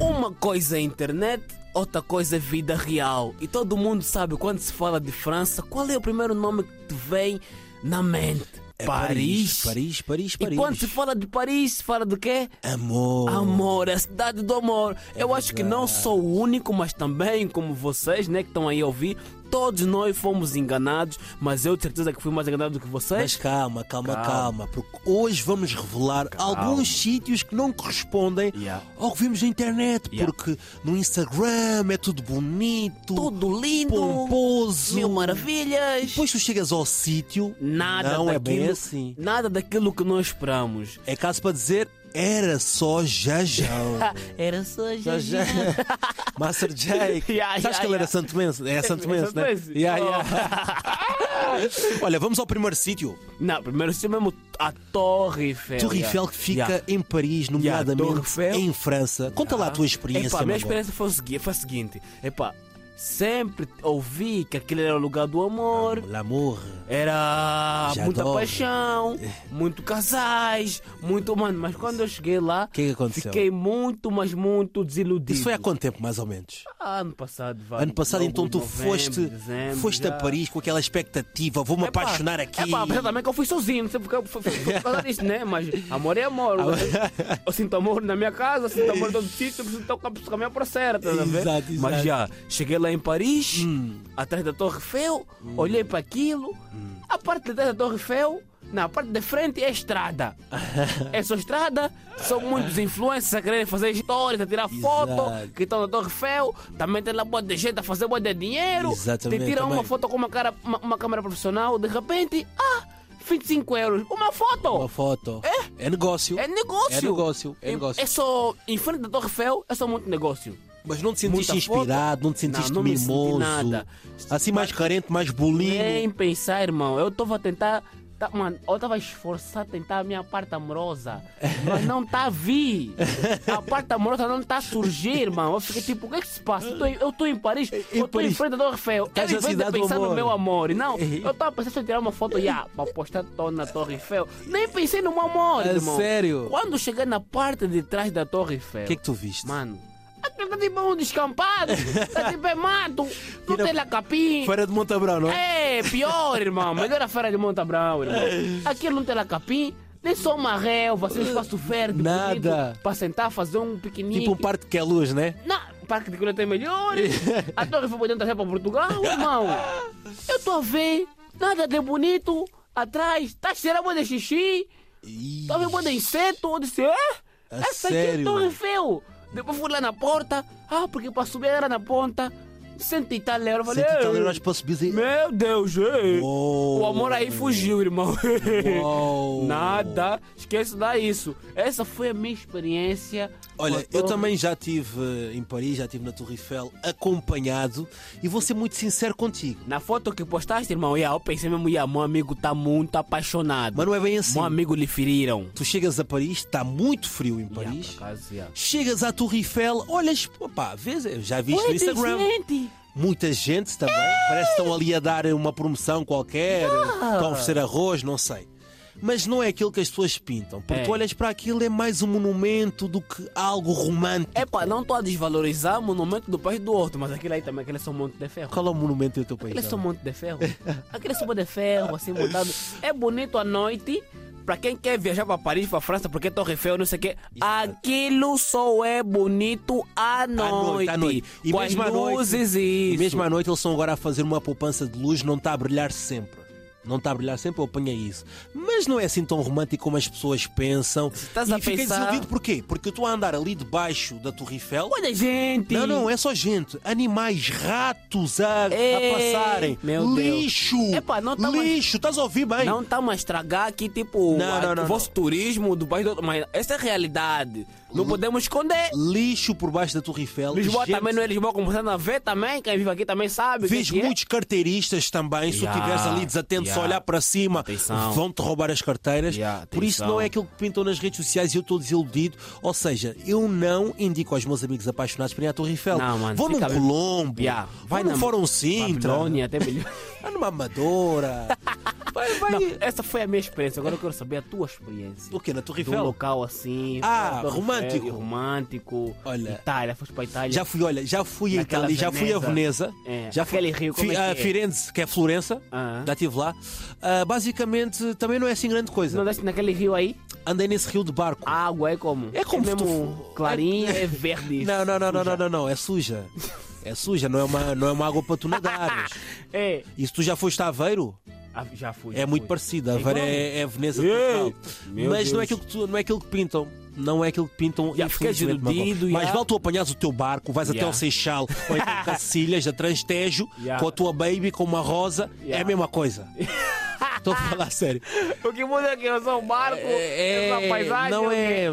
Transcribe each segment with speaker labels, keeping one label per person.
Speaker 1: Uma coisa é internet, outra coisa é vida real. E todo mundo sabe quando se fala de França, qual é o primeiro nome que te vem na mente?
Speaker 2: É Paris. Paris, Paris, Paris. Oh.
Speaker 1: E quando se fala de Paris, se fala de quê?
Speaker 2: Amor.
Speaker 1: Amor, é a cidade do amor.
Speaker 2: É
Speaker 1: Eu acho que não sou o único, mas também, como vocês, né, que estão aí a ouvir, todos nós fomos enganados, mas eu tenho certeza que fui mais enganado do que
Speaker 2: Mas
Speaker 1: vocês.
Speaker 2: calma, calma, calma, porque hoje vamos revelar alguns sítios que não correspondem
Speaker 1: Yeah.
Speaker 2: ao que vimos na internet,
Speaker 1: Yeah.
Speaker 2: porque no Instagram é tudo bonito,
Speaker 1: Tudo lindo,
Speaker 2: pomposo.
Speaker 1: mil maravilhas.
Speaker 2: Depois tu chegas ao sítio,
Speaker 1: nada
Speaker 2: não é
Speaker 1: daquilo,
Speaker 2: bem assim.
Speaker 1: Nada daquilo que nós esperamos.
Speaker 2: É caso para dizer, era só Jajão.
Speaker 1: Era só
Speaker 2: Já, já. Master Jake.
Speaker 1: Yeah,
Speaker 2: Sabes
Speaker 1: yeah,
Speaker 2: que ele era
Speaker 1: yeah.
Speaker 2: Santo Mense? É Santo Mense, né?
Speaker 1: Santomense.
Speaker 2: Yeah, yeah. Olha, vamos ao primeiro sítio.
Speaker 1: Não, primeiro se mesmo a Torre Eiffel.
Speaker 2: Torre
Speaker 1: É, yeah.
Speaker 2: Eiffel que fica
Speaker 1: Yeah.
Speaker 2: em Paris,
Speaker 1: Torre
Speaker 2: nomeadamente
Speaker 1: Eiffel.
Speaker 2: em França. Conta lá a tua experiência.
Speaker 1: Epá, a minha
Speaker 2: Manuel.
Speaker 1: experiência foi, o segui- foi a seguinte: epá, sempre ouvi que aquele era o lugar do amor,
Speaker 2: L'amour.
Speaker 1: era
Speaker 2: Ah, Já
Speaker 1: muita
Speaker 2: adoro.
Speaker 1: paixão, muito casais, muito. Mano, mas quando eu cheguei lá,
Speaker 2: que é que aconteceu?
Speaker 1: fiquei muito, mas muito desiludido.
Speaker 2: Isso foi há quanto tempo, mais ou menos?
Speaker 1: Ah, ano passado, vai.
Speaker 2: Ano passado, então, tu
Speaker 1: Novembro,
Speaker 2: foste,
Speaker 1: dezembro,
Speaker 2: foste a
Speaker 1: já.
Speaker 2: Paris com aquela expectativa, vou-me
Speaker 1: Epá,
Speaker 2: apaixonar aqui.
Speaker 1: Epá, apesar também que eu fui sozinho, não sei porque eu fui fui- fui por causa disto, né? Mas amor é amor. Eu, eu sinto amor na minha casa, eu sinto amor em todo sítio, eu preciso estar com a pessoa- com a minha parceira, estás a ver?
Speaker 2: Exato, Hum. exato.
Speaker 1: Mas já, cheguei lá em Paris, atrás da Torre Eiffel,
Speaker 2: Hum.
Speaker 1: olhei para aquilo, a parte de trás da Torre Eiffel, na parte de frente é estrada. é só estrada, são muitos influencers a quererem fazer histórias, a tirar
Speaker 2: Exato.
Speaker 1: foto, que estão na Torre Eiffel, também tem lá boa de gente a fazer boa de dinheiro,
Speaker 2: Exatamente,
Speaker 1: te tiram uma
Speaker 2: também.
Speaker 1: foto foto com uma, cara, uma, uma câmera profissional, de repente, ah, 25 euros, uma foto!
Speaker 2: Uma foto. É? negócio.
Speaker 1: É negócio!
Speaker 2: É negócio, é
Speaker 1: Em-
Speaker 2: negócio.
Speaker 1: É só, em frente da Torre Eiffel, é só muito negócio.
Speaker 2: Mas não te
Speaker 1: Muita
Speaker 2: sentiste
Speaker 1: foto.
Speaker 2: inspirado, não te sentiste
Speaker 1: Não, não me senti
Speaker 2: mimoso.
Speaker 1: nada.
Speaker 2: Assim mais carente, mais bolinho.
Speaker 1: Nem pensar, É irmão, eu estava a tentar, tá- mano, eu estava a esforçar a tentar a minha parte amorosa, mas não está a vir. A parte amorosa não está a surgir, irmão. Eu fiquei tipo, o que é que se passa? Eu tô em- Eu estou em Paris, eu estou em
Speaker 2: Paris.
Speaker 1: frente da Torre Eiffel,
Speaker 2: Estás
Speaker 1: eu em
Speaker 2: na
Speaker 1: vez de
Speaker 2: cidade do
Speaker 1: pensar
Speaker 2: amor.
Speaker 1: no meu amor, e não, eu estava a pensar se eu tirar uma foto, já, para postar tô na Torre Eiffel, nem pensei no meu amor,
Speaker 2: É
Speaker 1: irmão.
Speaker 2: sério?
Speaker 1: Quando cheguei na parte de trás da Torre Eiffel,
Speaker 2: O que é que tu viste?
Speaker 1: mano, aquilo tá tipo um descampado, tá tipo é mato, não
Speaker 2: Tira-
Speaker 1: tem lá capim.
Speaker 2: Feira de Montabrão, não é?
Speaker 1: É, pior, irmão, melhor a feira de Monte Abrão, irmão. Aquilo não tem lá capim, nem só uma relva, sem espaço verde,
Speaker 2: Nada.
Speaker 1: bonito, pra sentar, fazer um piquenique.
Speaker 2: Tipo um parque que é luz, né?
Speaker 1: Não, parque de coleta é melhor. A torre foi podendo trazer para Portugal, irmão. Eu estou a ver, nada de bonito atrás. Está a cheirar boa de xixi,
Speaker 2: Ih,
Speaker 1: está a ver boa de inseto. Eu disse, é?
Speaker 2: A
Speaker 1: Essa aqui é
Speaker 2: sério?
Speaker 1: a Torre Eiffel. Depois fui lá na porta, ah, porque para subir era na ponta. Cento e tal euros. Eu falei,
Speaker 2: Senti tal
Speaker 1: "Ei,
Speaker 2: euros para subir. e-
Speaker 1: Meu Deus, ei.
Speaker 2: Uou.
Speaker 1: O amor aí fugiu, irmão.
Speaker 2: Uou.
Speaker 1: Nada, esqueça da isso. Essa foi a minha experiência. com
Speaker 2: Olha,
Speaker 1: a
Speaker 2: eu
Speaker 1: Torre
Speaker 2: também já estive eh, em Paris, já estive na Torre Eiffel, acompanhado, e vou ser muito sincero contigo.
Speaker 1: Na foto que postaste, irmão, yeah, eu pensei mesmo, yeah, meu amigo tá muito apaixonado.
Speaker 2: Mas não é bem assim.
Speaker 1: Meu amigo lhe feriram.
Speaker 2: Tu chegas a Paris, está muito frio em
Speaker 1: Yeah,
Speaker 2: Paris.
Speaker 1: por acaso, yeah.
Speaker 2: Chegas à Torre Eiffel, olhas, opá, vês, eu já viste no
Speaker 1: Ué, tem
Speaker 2: Instagram.
Speaker 1: gente.
Speaker 2: Muita gente também. Parece que estão ali a dar uma promoção qualquer,
Speaker 1: Ah!
Speaker 2: estão a oferecer arroz, não sei. Mas não é aquilo que as pessoas pintam. Porque
Speaker 1: É.
Speaker 2: tu olhas para aquilo, é mais um monumento do que algo romântico.
Speaker 1: Epá, não estou a desvalorizar o monumento do país do outro, mas aquele aí também, aquele é só um monte de ferro.
Speaker 2: Qual é o monumento do teu país?
Speaker 1: Aquele é só um monte de ferro. Aquele é só um monte de ferro, assim, montado. É bonito à noite. Pra quem quer viajar pra Paris, pra França, porque é Torre Eiffel, não sei o quê. Aquilo só é bonito à noite.
Speaker 2: à noite. E
Speaker 1: com
Speaker 2: mesmo
Speaker 1: as
Speaker 2: à noite-
Speaker 1: luzes
Speaker 2: E
Speaker 1: e isso.
Speaker 2: mesmo à noite eles estão agora a fazer uma poupança de luz, não está a brilhar sempre. Não está a brilhar sempre, eu apanhei isso. Mas não é assim tão romântico como as pessoas pensam.
Speaker 1: estás
Speaker 2: e
Speaker 1: a
Speaker 2: fiquei
Speaker 1: pensar-
Speaker 2: desiludido porquê? Porque eu estou a andar ali debaixo da Torre Eiffel.
Speaker 1: Olha, gente!
Speaker 2: Não, não, é só gente. Animais, ratos a, a
Speaker 1: Ei,
Speaker 2: passarem.
Speaker 1: meu Deus.
Speaker 2: lixo!
Speaker 1: Epá, não tá mais-
Speaker 2: lixo, estás a ouvir bem?
Speaker 1: Não estamos a estragar aqui, tipo,
Speaker 2: Não,
Speaker 1: a-
Speaker 2: não, não,
Speaker 1: o vosso turismo do país do outro. Mas essa é a realidade. Não podemos esconder.
Speaker 2: Lixo por baixo da Torre Eiffel.
Speaker 1: Lisboa
Speaker 2: gente...
Speaker 1: também não é Lisboa, começando a ver também. Quem vive aqui também sabe. o que
Speaker 2: Vês
Speaker 1: que é.
Speaker 2: muitos carteiristas também, se tu
Speaker 1: Yeah,
Speaker 2: estiveres ali desatento, só
Speaker 1: yeah.
Speaker 2: olhar para cima,
Speaker 1: Atenção.
Speaker 2: vão-te roubar as carteiras.
Speaker 1: Yeah,
Speaker 2: Por isso
Speaker 1: atenção.
Speaker 2: não é aquilo que pintam nas redes sociais e eu estou desiludido. Ou seja, eu não indico aos meus amigos apaixonados para ir à Torre Eiffel.
Speaker 1: Não, mano,
Speaker 2: vou num
Speaker 1: fica bem-
Speaker 2: Colombo,
Speaker 1: Yeah,
Speaker 2: vai
Speaker 1: vai
Speaker 2: num
Speaker 1: na
Speaker 2: Fórum Sintra,
Speaker 1: Babilônia, até melhor.
Speaker 2: vai numa Amadora,
Speaker 1: Vai, vai. essa foi a minha experiência. Agora eu quero saber a tua experiência.
Speaker 2: O quê? Na Torre
Speaker 1: De um
Speaker 2: Eiffel?
Speaker 1: local assim.
Speaker 2: Ah,
Speaker 1: Torre Eiffel,
Speaker 2: romântico.
Speaker 1: e romântico.
Speaker 2: Olha.
Speaker 1: Itália, foste para Itália.
Speaker 2: Já fui, olha, já fui à
Speaker 1: Naquela
Speaker 2: Itália, já fui a
Speaker 1: Veneza.
Speaker 2: Veneza.
Speaker 1: É,
Speaker 2: Já fui
Speaker 1: aquele rio, como
Speaker 2: Fi-
Speaker 1: é que
Speaker 2: a
Speaker 1: é?
Speaker 2: Firenze, que é Florença.
Speaker 1: Ah.
Speaker 2: Já estive lá. Ah, basicamente, também não é assim grande coisa.
Speaker 1: Não desce naquele rio aí?
Speaker 2: Andei nesse rio de barco.
Speaker 1: A água é como?
Speaker 2: É como se tu
Speaker 1: mesmo
Speaker 2: for-
Speaker 1: clarinha, é verde.
Speaker 2: não, não, não, não, não,
Speaker 1: suja.
Speaker 2: não, não, é suja. É suja, não é uma, não é uma água para tu nadares.
Speaker 1: É.
Speaker 2: E se tu já foste a Aveiro,
Speaker 1: Ah, já fui.
Speaker 2: é
Speaker 1: já
Speaker 2: muito
Speaker 1: fui.
Speaker 2: parecido.
Speaker 1: É
Speaker 2: Aveiro
Speaker 1: igual.
Speaker 2: é, é Veneza de
Speaker 1: Ei,
Speaker 2: Portugal.
Speaker 1: meu
Speaker 2: Mas não é,
Speaker 1: Deus.
Speaker 2: aquilo que tu- não é aquilo que pintam. Não é aquilo que pintam.
Speaker 1: Já fiquei
Speaker 2: infelizmente, Marco.
Speaker 1: iludido,
Speaker 2: Mas
Speaker 1: já.
Speaker 2: vale tu apanhares o teu barco, vais até
Speaker 1: Já.
Speaker 2: ao Seixal ou então para Sicílias, a Transtejo,
Speaker 1: Já.
Speaker 2: com a tua baby, com uma rosa.
Speaker 1: Já.
Speaker 2: É a mesma coisa. Estou a falar sério.
Speaker 1: O que muda é que eu sou um barco,
Speaker 2: É,
Speaker 1: eu sou uma paisagem.
Speaker 2: não é-
Speaker 1: eu-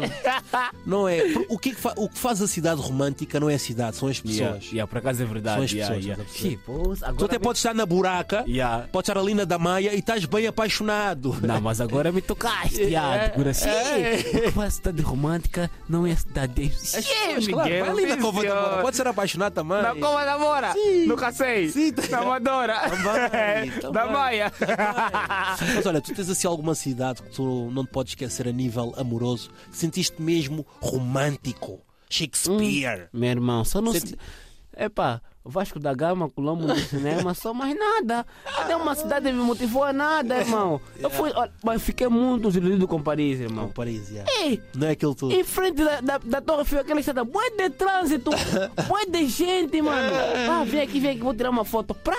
Speaker 2: Não é. O que, que fa- o que faz a cidade romântica não é a cidade, são as pessoas.
Speaker 1: Yeah, yeah, por acaso é verdade.
Speaker 2: São as
Speaker 1: yeah,
Speaker 2: pessoas,
Speaker 1: yeah.
Speaker 2: estás a perceber?
Speaker 1: Tipo, agora
Speaker 2: Tu até
Speaker 1: me-
Speaker 2: podes estar na buraca,
Speaker 1: Yeah.
Speaker 2: podes estar ali na da Maia e estás bem apaixonado.
Speaker 1: Não, mas agora me tocaste,
Speaker 2: É,
Speaker 1: yeah, por assim.
Speaker 2: é.
Speaker 1: Porque uma cidade tá romântica não é cidade de.
Speaker 2: As
Speaker 1: Yeah,
Speaker 2: pessoas, claro,
Speaker 1: Miguel,
Speaker 2: vai ali na
Speaker 1: sim,
Speaker 2: Cova da
Speaker 1: senhor.
Speaker 2: Moura. Pode ser apaixonado também.
Speaker 1: Na Cova da Moura?
Speaker 2: Sim.
Speaker 1: Nunca sei.
Speaker 2: Sim, tá-
Speaker 1: Na Madora.
Speaker 2: Também, também.
Speaker 1: Da Maia.
Speaker 2: Mas olha, tu tens assim alguma cidade que tu não te podes esquecer a nível amoroso? Sentiste mesmo romântico? Shakespeare?
Speaker 1: Meu irmão, só não.
Speaker 2: Cê-
Speaker 1: se- Epá, Vasco da Gama, Colombo no cinema, só mais nada. Até uma cidade me motivou a nada, irmão. Eu fui, olha, mas fiquei muito desiludido com Paris,
Speaker 2: Não,
Speaker 1: irmão.
Speaker 2: Paris, yeah.
Speaker 1: Ei,
Speaker 2: Não é aquilo tudo.
Speaker 1: Hum. em frente da, da, da Torre Eiffel, aquela estrada, bué de trânsito, bué de gente, mano.
Speaker 2: É.
Speaker 1: Ah, vem aqui, vem aqui, vou tirar uma foto. Pra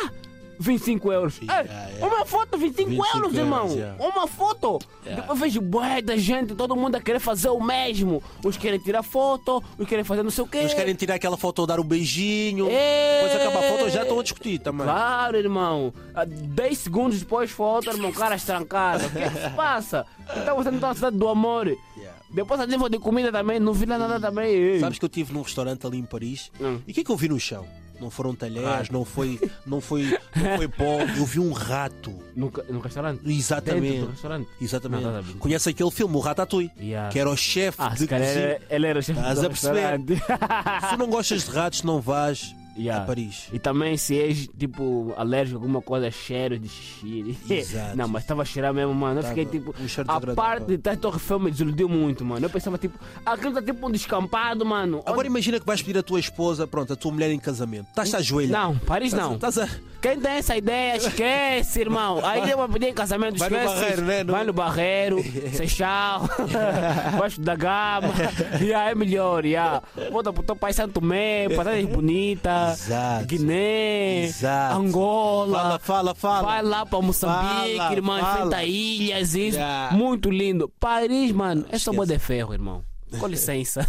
Speaker 1: 25 euros. Ei,
Speaker 2: Yeah, yeah.
Speaker 1: Uma foto, 25,
Speaker 2: 25
Speaker 1: euros, irmão.
Speaker 2: euros, é. yeah.
Speaker 1: Uma foto.
Speaker 2: Yeah.
Speaker 1: Depois vejo bué da gente, todo mundo a querer fazer o mesmo. Uns querem tirar foto, uns querem fazer não sei o quê.
Speaker 2: Eles querem tirar aquela foto ou dar um beijinho.
Speaker 1: É.
Speaker 2: Depois acaba a foto, já estão a discutir também.
Speaker 1: Claro, irmão. Há 10 segundos depois foto, irmão, caras trancadas. O que é que se passa? Então você não está na cidade do amor.
Speaker 2: Yeah.
Speaker 1: Depois a nível de comida também, não vi nada também. Ei.
Speaker 2: Sabes que eu estive num restaurante ali em Paris
Speaker 1: Hum. Ah.
Speaker 2: e o que é que eu vi no chão? Não foram talheres,
Speaker 1: Rato.
Speaker 2: não foi, não foi, não foi pó, eu vi um rato.
Speaker 1: No, ca- no restaurante? Dentro do
Speaker 2: Exatamente.
Speaker 1: restaurante?
Speaker 2: Exatamente.
Speaker 1: Não, nada a ver.
Speaker 2: Conhece aquele filme, o Ratatouille?
Speaker 1: Yeah.
Speaker 2: Que era o chefe
Speaker 1: Ah,
Speaker 2: de
Speaker 1: se calhar
Speaker 2: cozinha.
Speaker 1: ele- ele era o chefe
Speaker 2: Estás
Speaker 1: do
Speaker 2: a perceber.
Speaker 1: restaurante.
Speaker 2: Se tu não gostas de ratos, não vais
Speaker 1: Yeah.
Speaker 2: a Paris.
Speaker 1: E também se és, tipo, alérgico a alguma coisa, cheiro de xixi.
Speaker 2: Exato.
Speaker 1: Não, mas estava a cheirar mesmo, mano. Eu
Speaker 2: Tava
Speaker 1: fiquei, tipo,
Speaker 2: um cheiro
Speaker 1: a
Speaker 2: desagradável.
Speaker 1: parte da Torre Eiffel me desiludiu muito, mano. Eu pensava, tipo, aquilo está tipo um descampado, mano.
Speaker 2: Agora imagina que vais pedir a tua esposa, pronto, a tua mulher em casamento. Estás a
Speaker 1: Onde-
Speaker 2: joelho.
Speaker 1: Não, Paris não.
Speaker 2: Estás a...
Speaker 1: Quem tem essa ideia, esquece, irmão. Aí eu vou pedir em casamento,
Speaker 2: Vai no
Speaker 1: esquece.
Speaker 2: Barreiro, né? No-
Speaker 1: Vai no Barreiro, Seixal, Baixo da Gama. Yeah, é melhor, yeah. Volta pro teu país Santo Tomé, passagens bonitas.
Speaker 2: Exato.
Speaker 1: Guiné,
Speaker 2: Exato.
Speaker 1: Angola.
Speaker 2: Fala, fala, fala.
Speaker 1: Vai lá pra Moçambique,
Speaker 2: Fala,
Speaker 1: irmão,
Speaker 2: fala.
Speaker 1: enfrenta ilhas, isso.
Speaker 2: Yeah.
Speaker 1: Muito lindo. Paris, mano, é só boa de ferro, irmão. Com licença.